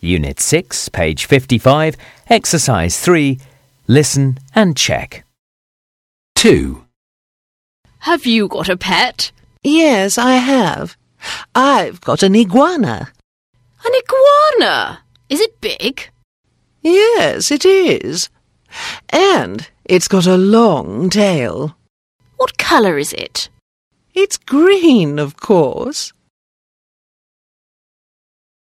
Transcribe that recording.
Unit 6, page 55, exercise 3. Listen and check. 2. Have you got a pet? Yes, I have. I've got an iguana. An iguana. Is it big? Yes, it is. And it's got a long tail. What colour is it? It's green, of course.